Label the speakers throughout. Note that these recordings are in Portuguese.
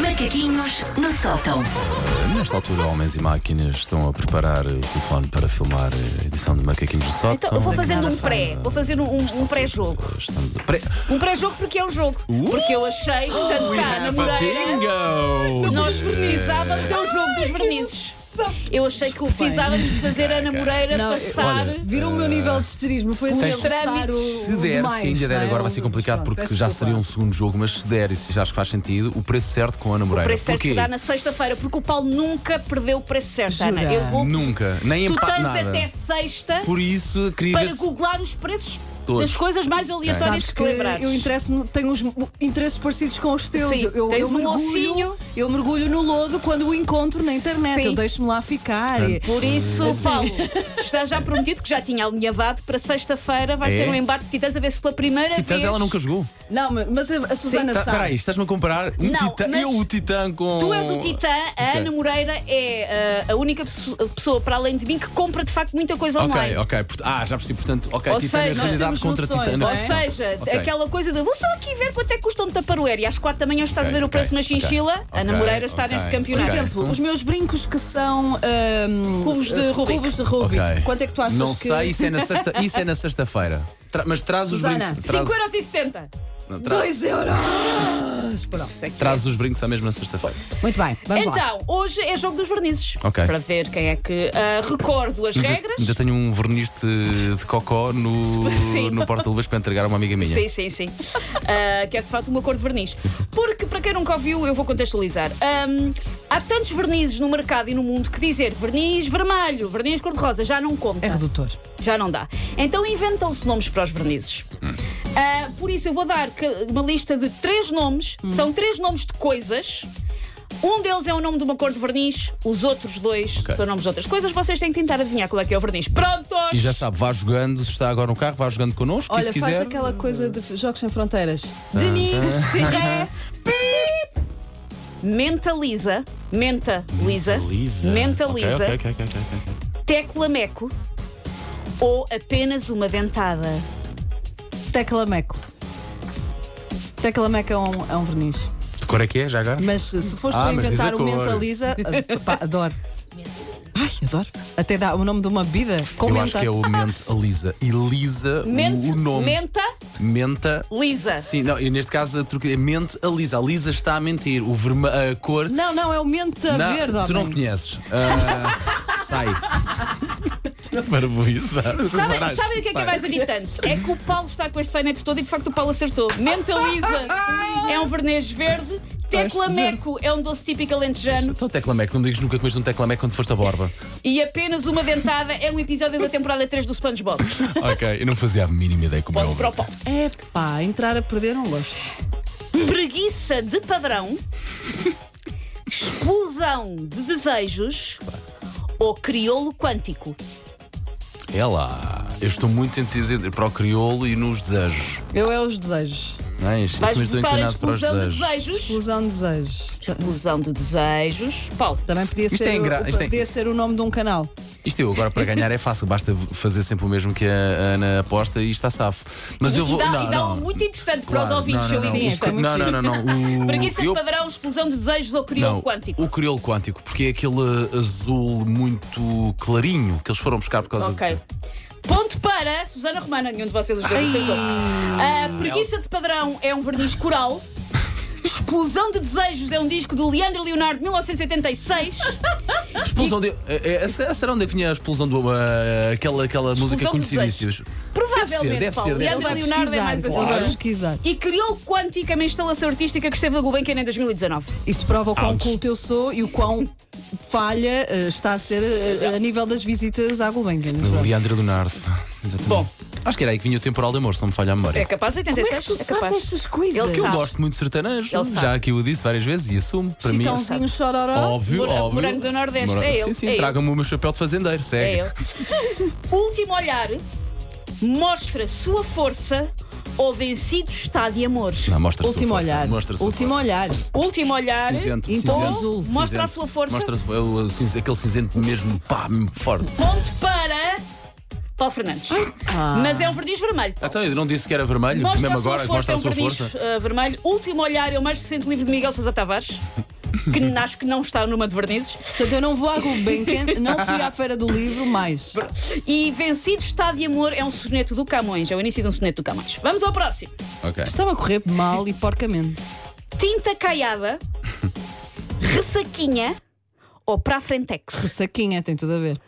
Speaker 1: Macaquinhos no sótão.
Speaker 2: Nesta altura, homens e máquinas estão a preparar o telefone para filmar a edição de Macaquinhos do Sótão.
Speaker 3: Então, eu vou fazendo um pré, vou fazer um, um, um pré-jogo.
Speaker 2: Estamos a... Pré...
Speaker 3: Um pré-jogo porque é o jogo. Porque eu achei que tanto cá na Moreira
Speaker 2: Uh! Bingo!
Speaker 3: nós vernizávamos é o jogo dos vernizes. Eu achei que precisávamos de fazer a Ana Moreira
Speaker 4: Não, eu-
Speaker 3: passar.
Speaker 2: Olha,
Speaker 4: Viram o meu nível de histerismo? Foi
Speaker 3: Tem-
Speaker 4: atravessar o.
Speaker 2: Se
Speaker 4: o
Speaker 2: der,
Speaker 4: demais,
Speaker 2: se ainda der,
Speaker 4: não é?
Speaker 2: agora vai ser complicado
Speaker 4: Pronto,
Speaker 2: porque
Speaker 4: peço
Speaker 2: já
Speaker 4: desculpa.
Speaker 2: seria um segundo jogo, mas se der, e se já acho que faz sentido, o preço certo com a Ana
Speaker 3: O
Speaker 2: Moreira.
Speaker 3: preço certo
Speaker 2: Porquê?
Speaker 3: se dá na sexta-feira, porque o Paulo nunca perdeu o preço certo,
Speaker 4: Jura?
Speaker 3: Ana. Eu vou-
Speaker 2: Nunca, nem
Speaker 3: Tu
Speaker 2: empate
Speaker 3: tens
Speaker 2: nada.
Speaker 3: até sexta
Speaker 2: Por isso, queria ver
Speaker 3: para
Speaker 2: se-
Speaker 3: googlar os preços
Speaker 2: Todos.
Speaker 3: das coisas mais aleatórias
Speaker 4: Sabes
Speaker 3: que
Speaker 4: que
Speaker 3: te lembrares.
Speaker 4: eu interesso-me- tenho uns mo- interesses parecidos com os teus.
Speaker 3: Sim,
Speaker 4: eu, eu-
Speaker 3: tens
Speaker 4: eu
Speaker 3: um ossinho.
Speaker 4: mergulho, eu mergulho no lodo quando o encontro na internet.
Speaker 3: Sim.
Speaker 4: Eu deixo-me lá ficar. e-
Speaker 3: Por isso, Paulo, está já prometido que já tinha alinhavado para sexta-feira. Vai
Speaker 2: É?
Speaker 3: ser um embate de titãs a ver se pela primeira
Speaker 2: Titãs,
Speaker 3: vez.
Speaker 2: ela nunca jogou.
Speaker 4: Não, mas- mas a, a Susana
Speaker 2: Tá-
Speaker 4: sabe.
Speaker 2: Peraí, estás-me a comparar um
Speaker 3: Não,
Speaker 2: titã,
Speaker 3: mas
Speaker 2: eu o titã com.
Speaker 3: Tu és o Titã, a
Speaker 2: Ok.
Speaker 3: Ana Moreira é uh, a única pesso- pessoa, para além de mim, que compra de facto muita coisa online.
Speaker 2: Ok, ok. port- Ah, já percebi, portanto, ok,
Speaker 3: Ou
Speaker 2: titã
Speaker 3: seja,
Speaker 2: é
Speaker 3: nós
Speaker 2: realidade
Speaker 4: temos
Speaker 2: contra
Speaker 4: noções,
Speaker 2: titã.
Speaker 4: não
Speaker 3: Ou
Speaker 4: é?
Speaker 3: seja,
Speaker 2: Ok.
Speaker 3: aquela coisa de vou só aqui ver quanto é que custa um taparoeiro e às quatro da manhã estás
Speaker 2: Ok,
Speaker 3: a ver o
Speaker 2: ok,
Speaker 3: preço na
Speaker 2: ok,
Speaker 3: chinchila.
Speaker 2: ok,
Speaker 3: Ana Moreira está
Speaker 2: ok,
Speaker 3: neste
Speaker 4: Por
Speaker 3: campeonato.
Speaker 2: Ok. então-
Speaker 4: exemplo, os meus brincos que são ahm,
Speaker 3: Cubos de
Speaker 4: eh,
Speaker 3: Rubik.
Speaker 4: Cubos de Rubik.
Speaker 2: Ok.
Speaker 4: Quanto é que tu achas
Speaker 2: Não
Speaker 4: que.
Speaker 2: sei, isso é na sexta, isso é na sexta-feira. Tra- mas traz
Speaker 4: Susana,
Speaker 2: os brincos. Traz,
Speaker 3: 5,70€.
Speaker 2: não, tra-
Speaker 4: 2 euros! Pronto.
Speaker 2: traz os brincos à mesma sexta-feira.
Speaker 4: Muito bem, vamos lá.
Speaker 3: Então, hoje é jogo dos vernizes.
Speaker 2: Ok.
Speaker 3: Para ver quem é que. ah, recordo as regras.
Speaker 2: Ainda tenho um verniz de, de cocó no,
Speaker 3: Sim.
Speaker 2: no porta-luvas para entregar a uma amiga minha.
Speaker 3: Sim, sim, sim. Ah, que é de facto uma cor de verniz. Porque, para quem nunca ouviu, eu vou contextualizar. Ahm, há tantos vernizes no mercado e no mundo que dizer verniz vermelho, verniz cor-de-rosa, já não conta.
Speaker 4: É redutor.
Speaker 3: Já não dá. Então inventam-se nomes para os vernizes.
Speaker 2: Hum.
Speaker 3: Ah, por isso, eu vou dar que- uma lista de três nomes.
Speaker 2: Hum.
Speaker 3: São três nomes de coisas. Um deles é o nome de uma cor de verniz, os outros dois
Speaker 2: Ok.
Speaker 3: são nomes de outras coisas. Vocês têm que tentar adivinhar qual é que é o verniz. Prontos!
Speaker 2: E já sabe, vá jogando, se está agora no carro, vá jogando connosco. e
Speaker 4: Olha,
Speaker 2: se
Speaker 4: faz
Speaker 2: quiser. Ah, tá.
Speaker 4: aquela coisa de f- Jogos Sem Fronteiras. Denis, Serré,
Speaker 3: Mentaliza, mentaliza,
Speaker 2: Lisa.
Speaker 3: mentaliza,
Speaker 2: Ok, ok, ok, ok, ok.
Speaker 3: teclameco ou apenas uma dentada.
Speaker 4: Tecla Meco. Tecla Meco é um, é um verniz.
Speaker 2: De cor é que é, já agora?
Speaker 4: Mas se foste
Speaker 2: Ah,
Speaker 4: para
Speaker 2: mas diz a
Speaker 4: inventar o
Speaker 2: cor.
Speaker 4: Mentaliza, ah, pá, adoro. Ai, adoro. Até dá o nome de uma bebida. Com
Speaker 2: Eu
Speaker 4: menta.
Speaker 2: acho que é o mente a Lisa. E Lisa, o-
Speaker 3: Mente,
Speaker 2: o nome.
Speaker 3: Menta,
Speaker 2: Menta.
Speaker 3: lisa.
Speaker 2: Sim, não, e neste caso a troca- mente a Lisa. A Lisa está a mentir. O verme, a cor.
Speaker 4: Não, não, é o Menta
Speaker 2: Não,
Speaker 4: Verde,
Speaker 2: tu não
Speaker 4: homem.
Speaker 2: conheces. Ah, sai. Para o isso,
Speaker 3: Sabem sabem o que é que é mais irritante? É que o Paulo está com este sainete todo e de facto o Paulo acertou. Mentaliza é um verniz verde. Teclameco é um doce típico alentejano
Speaker 2: Então, teclameco, não me digas que nunca comeste um teclameco quando foste a Borba.
Speaker 3: e apenas uma dentada é um episódio da temporada 3 do SpongeBob.
Speaker 2: ok, eu não fazia a mínima ideia como é
Speaker 3: Ponto
Speaker 2: o
Speaker 3: para o Paulo.
Speaker 4: É pá, entrar a perder um gosto.
Speaker 3: preguiça de padrão, explosão de desejos ou crioulo quântico.
Speaker 2: É lá. Eu estou muito indeciso entre- para o crioulo e nos desejos.
Speaker 4: Eu é os desejos.
Speaker 2: Não é? Isto-
Speaker 3: Vais
Speaker 2: também estou
Speaker 3: votar a
Speaker 2: inclinado para os
Speaker 3: explosão de
Speaker 2: desejos.
Speaker 3: desejos.
Speaker 4: Explosão de desejos. Ta-
Speaker 3: Explosão de desejos. Paulo.
Speaker 4: Também podia,
Speaker 2: Isto
Speaker 4: ser,
Speaker 2: é
Speaker 4: o-
Speaker 2: engra-
Speaker 4: o,
Speaker 2: isto é-
Speaker 4: podia ser o nome de um canal.
Speaker 2: Isto eu agora para ganhar é fácil, basta v- fazer sempre o mesmo que a Ana aposta e está safo. Mas
Speaker 3: E,
Speaker 2: eu vou.
Speaker 3: e dá,
Speaker 2: não,
Speaker 3: e dá
Speaker 2: não.
Speaker 3: um muito interessante para
Speaker 2: Claro,
Speaker 3: os ouvintes,
Speaker 2: não,
Speaker 3: eu
Speaker 2: não, não.
Speaker 4: Sim,
Speaker 3: insisto.
Speaker 4: isto é muito
Speaker 2: não,
Speaker 4: giro.
Speaker 2: não, não, não. O-
Speaker 3: Preguiça
Speaker 2: eu-
Speaker 3: de padrão, explosão de desejos ou crioulo
Speaker 2: Não,
Speaker 3: quântico.
Speaker 2: o crioulo quântico, porque é aquele azul muito clarinho que eles foram buscar por causa
Speaker 3: Ok.
Speaker 2: do.
Speaker 3: Ponto para Susana Romana, nenhum de vocês os dois acertou. A preguiça de padrão é um verniz coral. Explosão de Desejos é um disco do Leandro Leonardo, 1986.
Speaker 2: Explosão de. É, é, essa- será onde é que vinha a explosão do. ah, aquela aquela música
Speaker 3: de
Speaker 2: conhecidíssima?
Speaker 3: Provavelmente,
Speaker 2: Deve ser, deve
Speaker 3: Paulo.
Speaker 2: ser, deve
Speaker 3: Aliás,
Speaker 2: ser.
Speaker 3: o
Speaker 4: Ele vai
Speaker 3: Leonardo é
Speaker 4: pesquisar.
Speaker 3: mais
Speaker 4: Ele
Speaker 3: antigo.
Speaker 4: vai pesquisar.
Speaker 3: E criou o Quântica, uma instalação artística que esteve na Gulbenkian em 2019.
Speaker 4: Isto prova o quão
Speaker 2: Ouch.
Speaker 4: culto eu sou e o quão falha eh, está a ser eh, a nível das visitas à Gulbenkian.
Speaker 2: Leandro Leonardo. Exatamente.
Speaker 3: Bom.
Speaker 2: Acho que era aí que vinha o temporal de amor, se não me falha a memória.
Speaker 3: É capaz de 87?
Speaker 4: Como é que tu sabes
Speaker 3: capaz.
Speaker 4: estas coisas?
Speaker 3: Ele
Speaker 4: Que é um eu
Speaker 2: Eu
Speaker 3: sabe.
Speaker 2: gosto muito de sertanejo,
Speaker 3: Ele sabe.
Speaker 2: já aqui o disse várias vezes e assumo. Para mim, é um
Speaker 4: Chitãozinho chororó.
Speaker 2: óbvio,
Speaker 3: Mora-
Speaker 2: óbvio.
Speaker 3: morango do Nordeste,
Speaker 2: Mora-
Speaker 3: é
Speaker 2: Sim,
Speaker 3: ele,
Speaker 2: sim,
Speaker 3: é ele.
Speaker 2: traga-me o meu chapéu de fazendeiro,
Speaker 3: É
Speaker 2: segue.
Speaker 3: ele. Último olhar mostra sua força ou vencido está de amor.
Speaker 2: Não, mostra
Speaker 4: Último olhar.
Speaker 2: um
Speaker 4: Último olhar.
Speaker 3: Último olhar.
Speaker 2: Cinzento,
Speaker 4: Então,
Speaker 2: cinzento.
Speaker 4: azul.
Speaker 3: Mostra
Speaker 2: Cinzento.
Speaker 3: a sua força.
Speaker 2: Mostra a sua- o- o cinz- aquele cinzento mesmo, pá, mesmo forte.
Speaker 3: Ponto para Paulo Fernandes.
Speaker 4: Ah.
Speaker 3: Mas é um verniz vermelho.
Speaker 2: Então, eu não disse que era vermelho,
Speaker 3: Mostra
Speaker 2: mesmo
Speaker 3: a sua
Speaker 2: agora que mostra
Speaker 3: força, é
Speaker 2: a
Speaker 3: um
Speaker 2: sua
Speaker 3: verniz
Speaker 2: força.
Speaker 3: uh, vermelho. Último olhar é o mais recente livro de Miguel Sousa Tavares. que acho que não está numa de vernizes.
Speaker 4: Portanto, eu não vou à Gulbenkian, não fui à Feira do Livro, mais.
Speaker 3: E Vencido Está de Amor é um soneto do Camões, é o início de um soneto do Camões. Vamos ao próximo.
Speaker 2: Ok.
Speaker 4: Estava a correr mal e porcamente.
Speaker 3: Tinta Caiada, Ressaquinha ou Para a Frentex.
Speaker 4: Saquinha, tem tudo a ver.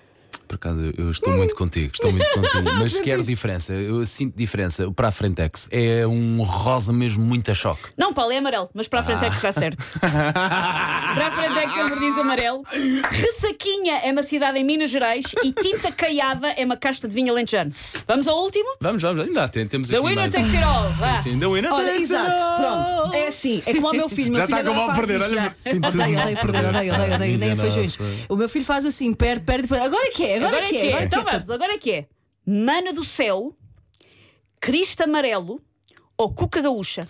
Speaker 2: Por acaso eu- eu estou muito contigo, estou muito contigo. Mas quero diferença, eu sinto diferença. Para a Frentex é um rosa mesmo muito a choque.
Speaker 3: Não, Paulo, é amarelo, mas
Speaker 2: Ah.
Speaker 3: Para a Frentex está certo. para a Frentex é um verniz amarelo. Ressaquinha é uma cidade em Minas Gerais e Tinta Caiada é uma casta de vinho alentejano. Vamos ao último?
Speaker 2: Vamos, vamos, ainda há tempo, temos
Speaker 3: The
Speaker 2: aqui
Speaker 3: winner
Speaker 2: mais. um.
Speaker 3: takes it all. Vá.
Speaker 2: Sim, the winner
Speaker 4: Olha,
Speaker 2: takes it
Speaker 4: exato,
Speaker 2: all.
Speaker 4: pronto. É assim, é como o meu filho. Meu
Speaker 2: Já
Speaker 4: filho
Speaker 2: está com
Speaker 4: agora
Speaker 2: mal a
Speaker 4: faz
Speaker 2: perder,
Speaker 4: isto,
Speaker 2: olha.
Speaker 4: já. Odeio, odeio perder, odeio, odeio, odeio, nem
Speaker 2: Minha
Speaker 4: feijões.
Speaker 2: nossa.
Speaker 4: O meu filho faz assim, perde, perde, perde. Agora é que é, agora, é que é. Agora é que
Speaker 3: Então
Speaker 4: é.
Speaker 3: vamos, agora é que é. Mana do Céu, Cristo Amarelo ou Cuca Gaúcha?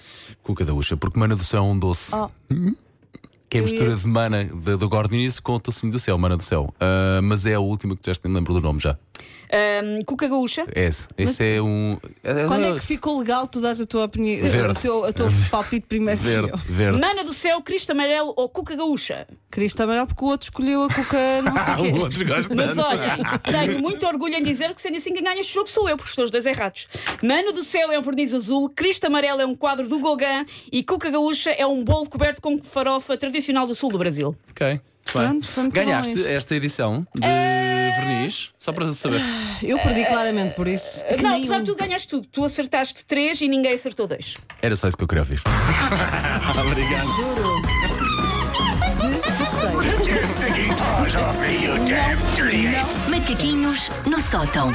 Speaker 2: Cuca da Uxa, porque mana do céu é um doce. Que é a
Speaker 4: Oh. Eu
Speaker 2: mistura
Speaker 4: ia-
Speaker 2: de mana de- do Gordinice com o tocinho do céu, mana do céu. Ah, mas é a última que tu já te lembro do nome já.
Speaker 3: Ahm, Cuca Gaúcha.
Speaker 2: É Esse. Esse é um.
Speaker 4: Quando é que ficou legal tu dás a tua opinião, o
Speaker 2: Verde.
Speaker 4: teu, o teu palpite primeiro que
Speaker 2: Verde,
Speaker 4: eu?
Speaker 2: verde.
Speaker 3: Mana do Céu, Cristo Amarelo ou Cuca Gaúcha?
Speaker 4: Cristo amarelo porque o outro escolheu a cuca, não
Speaker 2: Ah,
Speaker 4: sei o
Speaker 2: o
Speaker 4: quê.
Speaker 2: outro gosta
Speaker 3: Mas
Speaker 2: tanto.
Speaker 3: olha, tenho muito orgulho em dizer que sendo assim quem ganha este jogo sou eu, porque estou os dois errados. Mana do Céu é um verniz azul, Cristo Amarelo é um quadro do Gauguin e Cuca Gaúcha é um bolo coberto com farofa tradicional do sul do Brasil.
Speaker 2: Ok. muito bem.
Speaker 4: Pronto, foi muito
Speaker 2: Ganhaste
Speaker 4: bom isto. Ah.
Speaker 2: esta edição de verniz, só para saber.
Speaker 4: Eu perdi claramente por isso. Que
Speaker 3: não,
Speaker 4: nem
Speaker 3: apesar
Speaker 4: um.
Speaker 3: de tu ganhaste tudo. Tu acertaste três e ninguém acertou dois.
Speaker 2: Era só isso que eu queria ouvir. Obrigado.
Speaker 4: Juro. Detestei.
Speaker 5: Take your stinking paws off me, you damn dirty ape!
Speaker 1: Macaquinhos no sótão.